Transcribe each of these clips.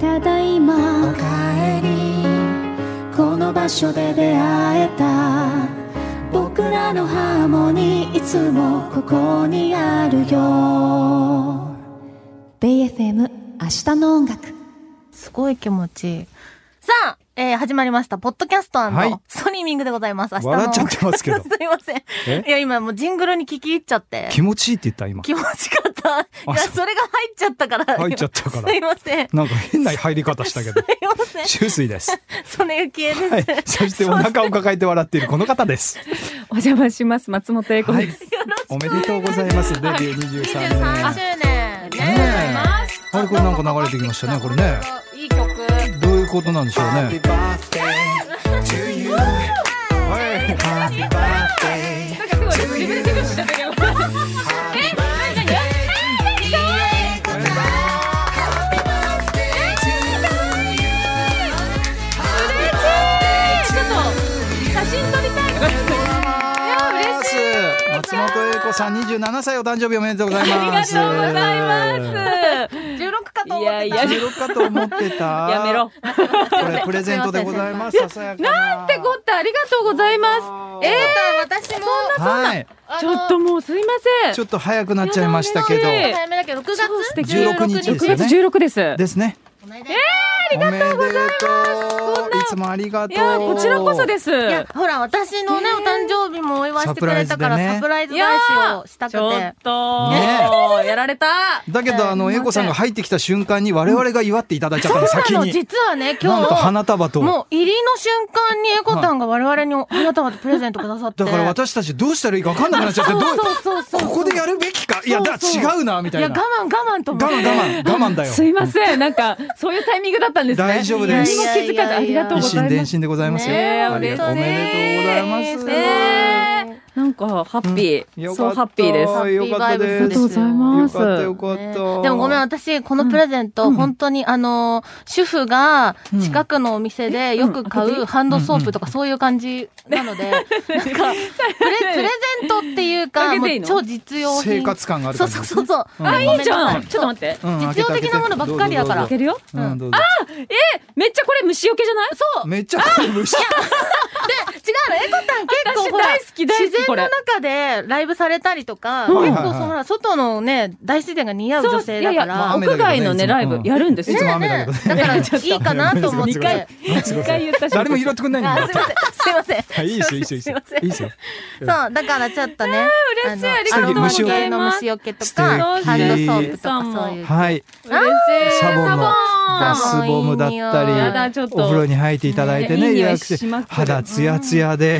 ただいまおかえりこの場所で出会えた僕らのハーモニーいつもここにあるよベイ FM 明日の音楽すごい気持ちいい。さあ、えー、始まりました。ポッドキャストはいストリーミングでございます。明日の笑っちゃってますけ どすいません。えいや、今もうジングルに聞き入っちゃって。気持ちいいって言った今。気持ちよか った。いや、そうそれが入っちゃったから。入っちゃったからすいません。すいなんか変な入り方したけ ど。ません。秋水 です。それが消えです。はい。そしてお腹を抱えて笑っているこの方です。お邪魔します松本 英子はいです、。おめでとうございます。デビュー23 23年。周年。ねねえはいこれなんか流れてきましたねこれね。いい曲。どういうことなんでしょうね。松本英子さん27歳お誕生日おめでとうございます。ありがとうございます。 16かと思ってた。いやいや16かと思ってた。やめろ。これプレゼントでございます。ささやかな。なんてごったありがとうございまえすー、私も、はい。あのちょっともうすいませんちょっと早くなっちゃいましたけど。早めだけど、6月超素敵16日ですよ6ね月16ですですね。この間おめでとういつもありがとう。いやこちらこそですいや、ほら、私のね、お誕生日もお祝いしてくれたから、ササププライズいや返しをーしたく。ちょってと、ねやられただけど、あの、英子さんが入ってきた瞬間に我々が祝っていただいちゃったの、先あの、に。実はね、今なんと日、花束もと。う入りの瞬間にエコタンが我々に花束とプレゼントくださって。だから私たちどうしたらいいか分かんなくなっちゃって、どうそうそうそうそうここでやるべきか。いや、だ、そうそう違うな、みいたや、い我な。慢我我慢と思って。慢我慢、我慢だよ。すいませんなんかそういうタイミングだったんですね大丈夫です何も気づかずありがとう一ござい心ます伝心でございますよ。ねありがとうおおめでとうございえねー、なんかハッピー、ます。そうハッピーですたあよかったハッピーバイブスでりでがとうすす。ございまよすかった、よかっねた。でもごめん、私、このプレゼント、本当に、あの、主婦が、近くのお店でよく買うハンドソープとかそういう感じなの で、なんか、プレ、プレゼントっていうか、開けもていういの超実用品。生活感があるそ感うじそでうそうすねそう。あいいじゃんちょっとっ待ってうん開けて実用的なものばっかりだから開開けてるよどうぞどうぞうんどうぞめっちゃこれ虫除けじゃないそうめっちゃ虫て。違うの、エコタン結構私ほら、大好き大好き自然このれ中でライブされたりとか、うん結構そのほら、外のね、大自然が似合うそう女性だいやかいやら。雨屋外のねだラけイどねいブつもやるんですいよつも雨だねけどねだから、いいかなと思っ 二回て。二回言ったし誰も拾ってくんないんあだすいません。すいません。はい、いいですよ、いいですすいよません。。いいですよ。そう、だからちょっとね。嬉しいあのありございますがとうアロマ系の虫除けとか、素敵ハンドソープとかそういう。はい。嬉しいサボンのガガスボムだったり、やだちょおっと風呂に入っていただいてねいね、い匂いリラックスししますけど肌ツヤツヤで。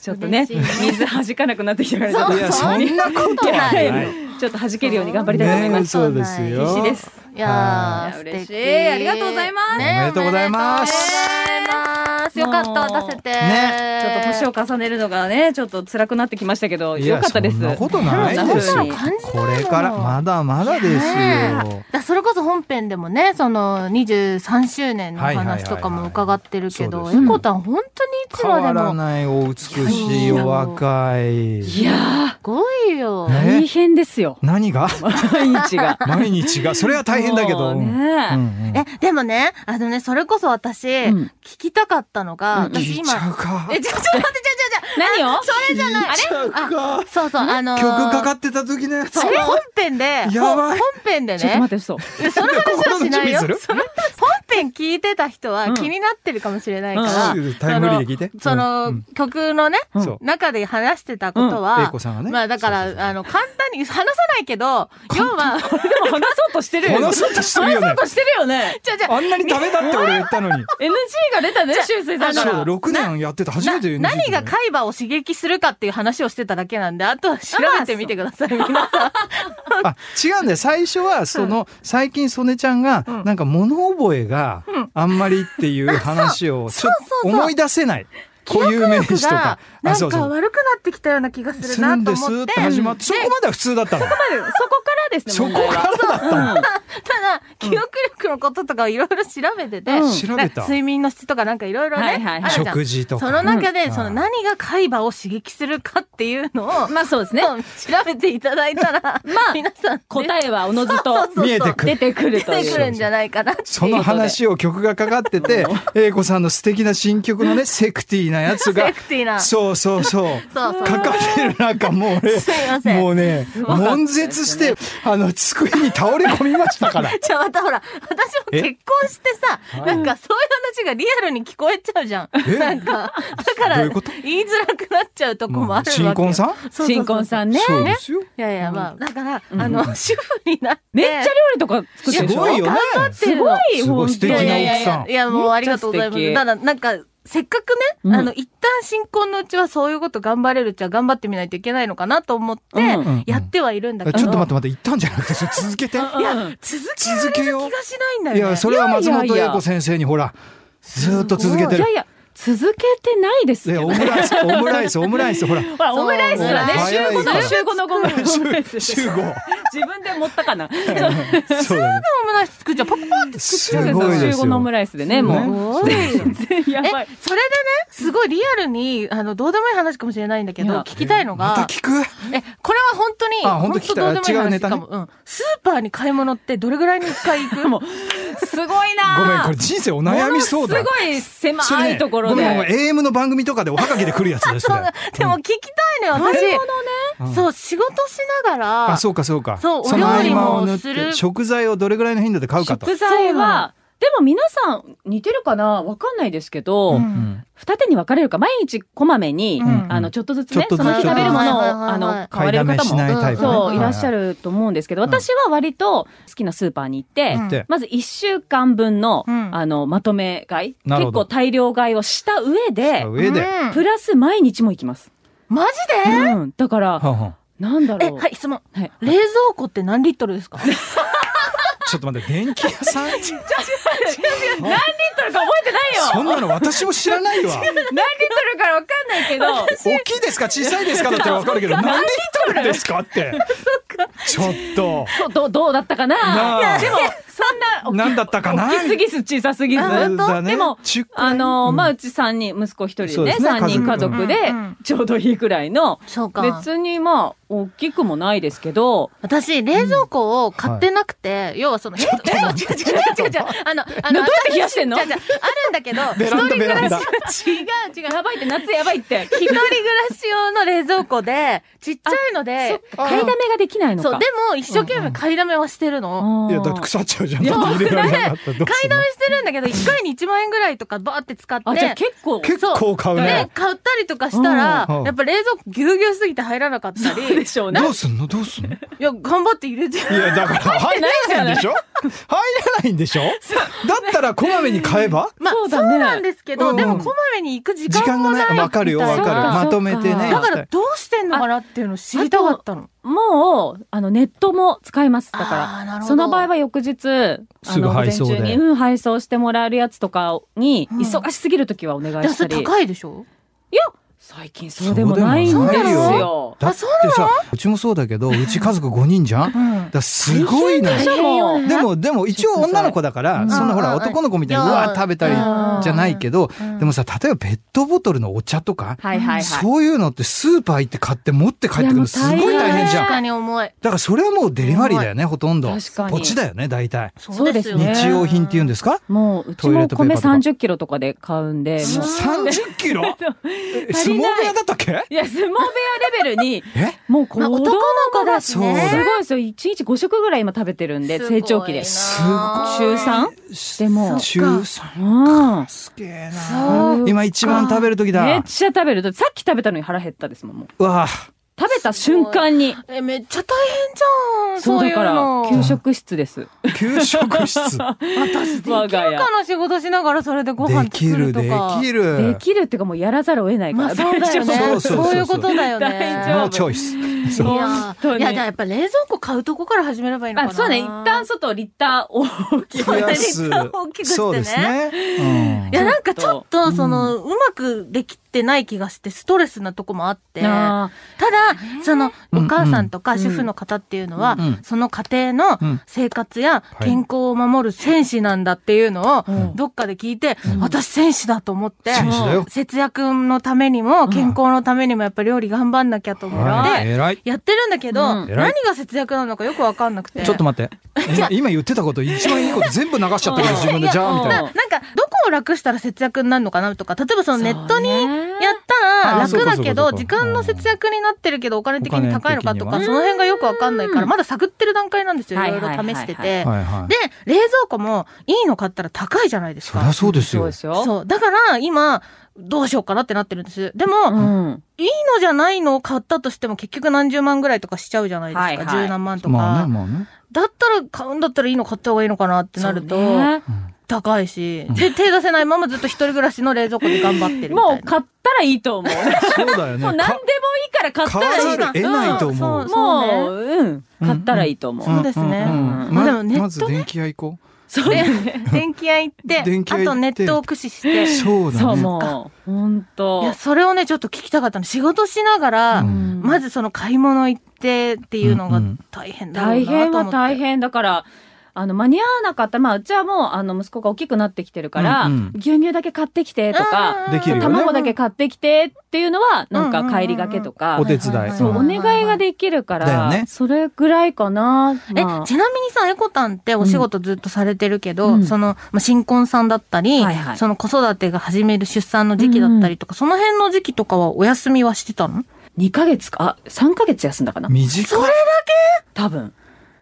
ちょっとね嬉しい水弾かなくなってきたからちょっそとういや、そんなことはない。ちょっと弾けるように頑張りたいと思います。ねそうですよ。必死です。いやいー、や素嬉しい敵ありがとうございますねおめでとうございますおめでとうございます。よかった、出せて。ねちょっと年を重ねるのがね、ちょっと辛くなってきましたけど、いよやかったです。そんなことないですそよんな感じない。これから、まだまだですねよえ。だそれこそ本編でもねその23周年のはいはいはい話はといかも伺ってるけそうどですエコタン本当にいつ変まわでらもないお美しいお若い。いやすごいよ。ー、ね大変ですよ。 何が毎日が。毎日が。それは大変だけど。もうねうんうんえ、でもね、あのね、それこそ私、ん聞きたかったのが、うん私聞いち今、ゃうかえ、。ちょ、ちょ、待って、ちょ、ちょ、ちょ、何をそれじゃない、あれ聞いちゃうかあ、そうそう、あのー曲かかってた時のやつ。そう本編で、やば本い編でちょっとね、待って、嘘。でその話はしないよ。そ心の準備のす本編聞いてた人はうん気になってるかもしれないから、タイムリーで聞いて。その、うん曲のね、うんそう中で話してたことは、英子さんがねまあだから、そうそうそうあの、簡単に話さないけど、要は、でも話そうとしてるよね。話そうとしてるよね話そうとしてるよね。じゃじゃあんなにダメだって俺言ったのに。 NG が出たね、修水さんそかうだ、ら。 6年やってて初めて言うなね何が聞い海馬を刺激するかっていう話をしてただけなんで、あとは調べてみてください、皆さん。たねあ、違うんだよ。最初は、その、最近、曽根ちゃんが、なんか物覚えがあんまりっていう話を、ちょっと思い出せない。記憶名力があなそんうそかう悪くなってきたような気がすするるなんとで思すってーって始まって、そこまでは普通だったの。そこからですね、そこ問題はからだったの。ただ、記憶力のこととかをいろいろ調べてて、うん調べた睡眠の質とかなんかいろいろね、はいはいはいあるじゃん食事とかその中で、うんその何が海馬を刺激するかっていうのを、まあそうですね。そう調べていただいたら、まあ皆さんね、答えはおのずと見えてく出る。てくると出てくいう。るんじゃないかなっていう。その話を曲がかかってて、英子さんの素敵な新曲のね、セクティーなやつがセクティーな、そうそうそう。そうそうかかってる中、もうねすいませんもうね、悶絶して、あの、机に倒れ込みましたから。じゃあまたほら、私もえ結婚してさ、なんかそういう話がリアルに聞こえちゃうじゃえん。 なんか、だかどういらうこと言いづらくなっちゃうとこもあるわけよ。新婚さんそうそうそう新婚さんね。そうですよ。いやいや、まあ、だから、あの、主婦になって。めっちゃ料理とか作ってするでしょごいよね。すごい、すごい本当に素敵なやいやい奥さやんい。や、もうありがとうございまめっす。ちゃただ、なんか、せっかくうね、んあの、一旦新婚のうちはそういうこと頑張れるっちゃ頑張ってみないといけないのかなと思ってうんうん、やってはいるんだけえど。ちょっと待って待って、行ったんじゃなくて、それ続けて。いや、続け続けよ気がしないんだう。よいね。や、それは松本英子先生にほら、ずーっと続けているや。いや、続けてないですいやよ。オムライス、オムライス、オムライス、ほら。ほら、オムライスはね、週早い5からの、週5のゴムライス。週5。自分で持ったかな。そうだね。オムライス作っちゃう。パパパって作っちゃう。すごいですよ週5のオムライスでね、もすう。ごいよ全然やえ、ばい。それでね、すごいリアルに、あの、どうでもいい話かもしれないんだけいど、や聞きたいのまたが、聞くえ、これは本当に、あ本当聞きたいどうでもいい違うネ話タかねも。うん。スーパーに買い物ってどれぐらいに一回行 くもうすごいなごめん、これ人生お悩みそうだも。のすごいそれ狭ねいところごで。めん、ごめん AM の番組とかでおはがきで来るやつです そうねだ。 でも聞きたいのよ、私。うんそう、仕事しながら、あ、そうか、そうか。そうの合間をお料理も縫っすて、る食材をどれぐらいの頻度で買うかと。食材は、でも皆さん似てるかなわかんないですけど、うんうん二手に分かれるか、毎日こまめに、うんあの、ちょっとずつね、ちょっとそずつの日食べるものを、はいはいはいはいあの、買買わいれだるめ方しも、ないタイプねそう、はいいらっしゃると思うんですけど、私は割と好きなスーパーに行って、うんで、まず一週間分の、うんあの、まとめ買い、なるほ結ど構大量買いをした上で、上で。はうんプラス毎日も行きます。マジでうん。だから、んはんなんだろえ、う。はい、質問。はい冷蔵庫って何リットルですかちょっと待って、電気屋さん何リットルか覚えてないそんよなの私も知らないわ。何リットルかわかんない けど、大きいですか小さいですかだってわかるけど、何リットルですかって。ちょっと。そうどうどうだったかななあでも、そんな、何だったかな大きすぎず小さすぎず。そうだねでも10、個あのー、うんまあ、うち3人、息子1人でそうでね、すね3人家族でうんうん、ちょうどいいくらいの、そうか。別にまあ、大きくもないですけど、私、冷蔵庫を買ってなくて、要はその、ええ違う違う違う違う違う。あの、あどうの、やって冷やしてんの私違う違うあるんだけど、ベランダベランダ。違う違う。やばいって、夏やば いって。一人暮らし用の冷蔵庫で、ちっちゃいので、買いだめができないのか。そう、でも一生懸命買いだめはしてるの。あーいや、だって腐っちゃうじゃん。いやだって入れられなかったらどう買すいんのだめしてるんだけど、一回に1万円ぐらいとかバーって使って。あ、じゃあ結構、結構買うでね、。買ったりとかしたらうんうん、やっぱ冷蔵庫ぎゅうぎゅうすぎて入らなかったり、 そうでいしょうね。どうすんのどうすんのや、頑張って入れている。や、だから入らないんでしょ入らないんでしょだったらこまめに買えば まあ、そそううだねなんですけうど、んでもこまめに行く時時間間もないみがたいね、な。わかるよ、わかる。そうかまとめてね。だからどうしてんのかなっていうの知りたかったの。もう、あの、ネットも使えます。だあーなかるほら、どその場合は翌日、あすぐの配送で午前中に、うん、配送してもらえるやつとかに、うん忙しすぎるときはお願いでもしそたれり。高いでしょいや、最近そうでもないんですそうでもないよ。だってさ、うちもそうだけど、うち家族5人じゃんだからすごいのよ大変よねでも、でも一応女の子だから、そんなほら男の子みたいにうわー食べたりじゃないけど、でもさ、例えばペットボトルのお茶とか、はいはいはい。そういうのってスーパー行って買って持って帰ってくるのすごい大変じゃん。確だかに重い。からそれはもうデリバリーだよね、ほとんど。確かにポチだよね、大体。そうですよね日用品っていうんですかもう、うちトイレッもトペーパ米ーとか30キロとかで買うんで、もう30キ ロえ足相撲り部ない屋だったっけいや、相撲部屋レベルに、え もう子まあ供男の子だししねそすごね。いですよ。1日5食ぐらい今食べてるんで、成長期で。すすご中 3? でも、中3うん。すげえそな今一番食べる時だめっちゃ食べる。だってさっき食べたのに腹減ったですもん、もう。うわあ食べた瞬間に。え、めっちゃ大変じゃん。そうそういだうからの、。給食室です。給食室我が家。他の仕事しながらそれでご飯でき作るるとでか。きでるきるっていうかもうやらざるを得ないかまら。あそうだよ そうね。そうそうそういうことだよね。大丈夫ノーチョイスいそうや本当、いにや、じゃあやっぱ冷蔵庫買うとこから始めればいいのかまな。あそうね、一旦外リッター大きい。増やす大きくしてねそうですねうんいや、なんかちょっと、その、うまくできってない気がして、ストレスなとこもあって、ただ、あその、うおん母さんとうかん主婦の方っていうのはうん、その家庭うのん生活やい健康を守る戦士なんだっていうのをー、うんどっかで聞いて、私戦士だと思って、選手だよ。節約のためにも、健康のためにも、やっぱり料理頑張んなきゃと思っはいて、偉い。やってるんだけど、うん偉何いが節約なのかよくわかんなくて。ちょっと待って。今今言ってたこと一番いいこと全部流しちゃったけど自分でじゃあみたいなな。なんか、どこを楽したら節約になるのかなとか、例えばそのネットにやっにたらあーそう楽かだけそど、うかそう時か間の節約になってるけど、お金的に高いのかとおか、金的にはその辺がよくわかんないから、うんまだ探ってる段階なんですよ。はいいろはいいろはいはい試してて。はいはい。で、冷蔵庫もいいの買ったら高いじゃないですそりゃか。そうですそうよで。すよ。そう。だから、今、どうしようかなってなってるんです。でも、うん。いいのじゃないのを買ったとしても結局何十万ぐらいとかしちゃうじゃないですか。はいはい十何万とか、まあねまあね。だったら買うんだったらいいの買った方がいいのかなってなると、そうね高いし、手手出せないままずっと一人暮らしの冷蔵庫で頑張ってるみたいな。もう買ったらいいと思う。 そうだよね。もう何でもいいから買ったらいい買わざるを得ないと思そうも、そううん。買ったらいいと思う。そうですねんまあまでもネットねまず電気屋行こそうねね。ね 電気屋行って、電気屋行ってあとネットを駆使してう。。そうそだう、ね。もう、ほんとい。や、それをね、ちょっと聞きたかったの。仕事しながら、うんまずその買い物行ってっていうのがうんうん大変だろう大なと思って。変は大。変だから、あの、間に合わなかった。まあ、うちはもう、あの、息子が大きくなってきてるから、うんうん牛乳だけ買ってきてとか、できるよね卵だけ買ってきてっていうのは、なんうかんうんうん帰りがけとか、お手伝いはいはいはいそう、お願いができるかだよら、ねそれぐらいかな。え、まあちなみにさ、エコタンってお仕事ずっとされてるけど、うんその、まあ、新婚さんだったり、はいはいその子育てが始める出産の時期だったりとか、その辺の時期とかはお休みはしてたの2ヶ月か、あ、3ヶ月休んだかな短い。多分。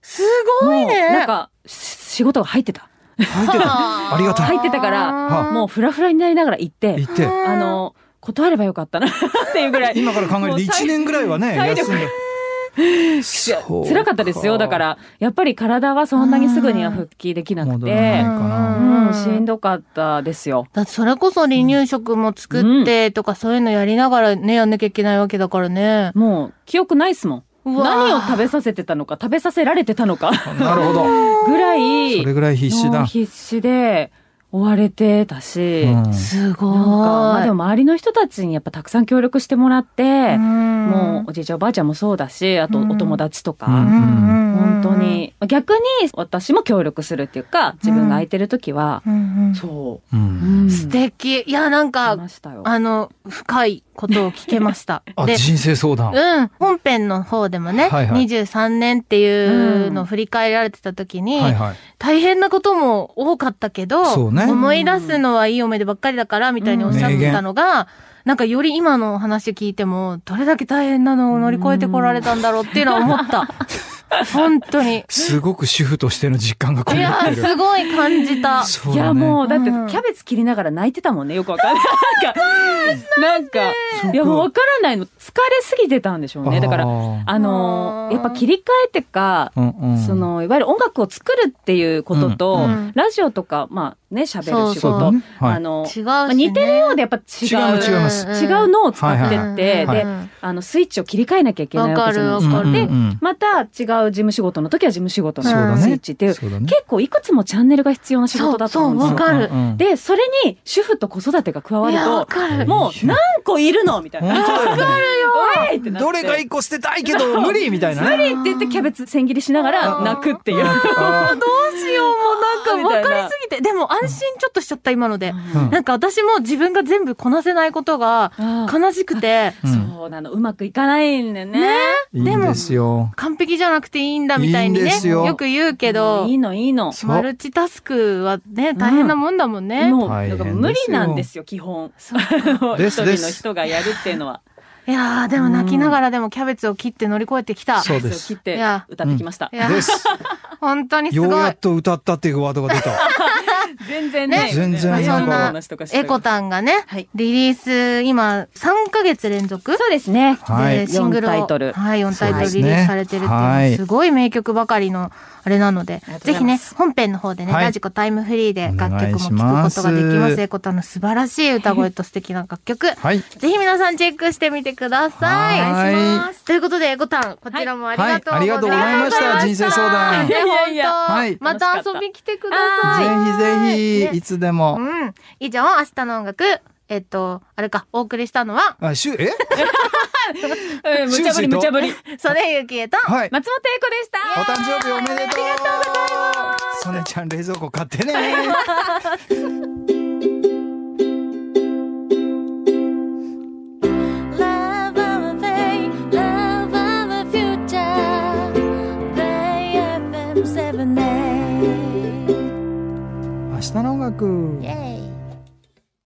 すごいねもう なんか、し仕事が入ってた。入ってた。あありがたい入ってたからはもうフラフラになりながら行って、行って。あの、断ればよかったな っていうぐらい。今から考えるともう1年ぐらいはね、体力休んで。そう辛かったですよ。だか。ら、やっぱり体はそんなにすぐには復帰できなく戻らないてか、な。うん、しんどかったですよ。だってそれこそ離乳食も作ってとかそういうのやりながらね、やんなきゃいけないわけだからね。もう、記憶ないっすもん。うわー何を食べさせてたのか、食べさせられてたのかなるほど。ぐらそい、れぐらい必死もうだ。必死で、追われてたし、うんすごい。なんか、まあでも周りの人たちにやっぱたくさん協力してもらって、うんもうおじいちゃんおばあちゃんもそうだし、あとお友達とうか、ん本当。に、逆に私も協力するっていうか、自分が空いてる時は、うんそうんう、うんうん素敵。いや、なんあかり、ましたよ。あの、深いことを聞けました。あ、で、人生相談。うん、本編の方でもね、はいはい23年っていうのを振り返られてた時に、はいはい。大変なことも多かったけそど、うね思い出すのはいい思い出ばっかりだから、みたいにおっしゃってたのが、なんかより今のお話聞いても、どれだけ大変なのを乗り越えてこられたんだろうっていうのは思 った。本当に。すごく主婦としての実感がこいもやっ、てる。すごい感じた。そういだやね。もう、だってキうんャベツ切りながら泣いてたもんね、よくわかんない。なんか、なんそか、ういやもうわからないの、疲れすぎてたんでしょうね。だから、ら、ああのーー、やっぱ切り替えてか、うんうんそ、の、いわゆる音楽を作るっていうことと、うんうんラジオとか、まあね、喋る仕事、そうだね。はあい。の、違うし、ね。まあ似てるようでやっぱ違う。違う違います違うのを使ってって、はいで、はいあの、スイッチを切り替えなきゃいけないわけじゃないですわかか。るわかるで、うんうんうんまた違う事務仕事の時は事務仕事のそうだねスイッチっていう、そうだね。結構いくつもチャンネルが必要な仕事だと思うんです構よ。そうそうわかるうんうんうんで、それに主婦と子育てが加わいるや、わと、かる。もう何個いるのみたい本な。当だよねおいってなって。どれが一個捨てたいけど無理みたいなね。無理って言ってキャベツ千切りしながら泣くっていう。あどうしよう、もうなんか分かりすぎて。でも安心ちょっとしちゃった、今ので。ーうんなんか私も自分が全部こなせないことがあ悲しくて、ーそうなの、うまくいかないんだよね。いいんですよ。完璧じゃなくていいんだみたいにいいんね、ですよよく言うけどい、いのいいの。そうマルチタスクはね、大変なもんだもんね。もう、大な変でんすかよ無理なんですよ、基本。 一です人でのす人がやるっていうのは。いやー、でも泣きながらでもキャベツを切って乗り越えてきた。そうで切すっ。て歌ってきましたい。や、 です。本当にすようごやいっ。と歌ったっていうワードが出た。全然ね。全然まあそんなとかしてエコタンがねはい、リリース今3ヶ月連続そうですね。はでい。シングルを、四タイトルはい、4タイトルそうですリねリースされてるっていうのははいすごい名曲ばかりのあれなのでりが、とぜうひございまねす、本編の方でね、はいラジコタイムフリーでお願い楽曲も聴しまくこすとができます。エコタの素晴らしい歌声と素敵な楽曲。はい。ぜひ皆さんチェックしてみてください。はいお願いしまということで、エコタン、こちらもありがとうございました。はいありがとうございました人生相ね談いやいやはい本当。また遊びに来てください。ぜひぜひ、ねいつでも。うん。以上、明日の音楽、えっと、あれか、お送りしたのは、あ、しゅ、えうん、無茶ぶり無茶ぶり。それゆきえと、はい。松本英子でした。お誕生日おめでとうありがとうございますソネちゃん冷蔵庫買って ね明日の音楽イェイ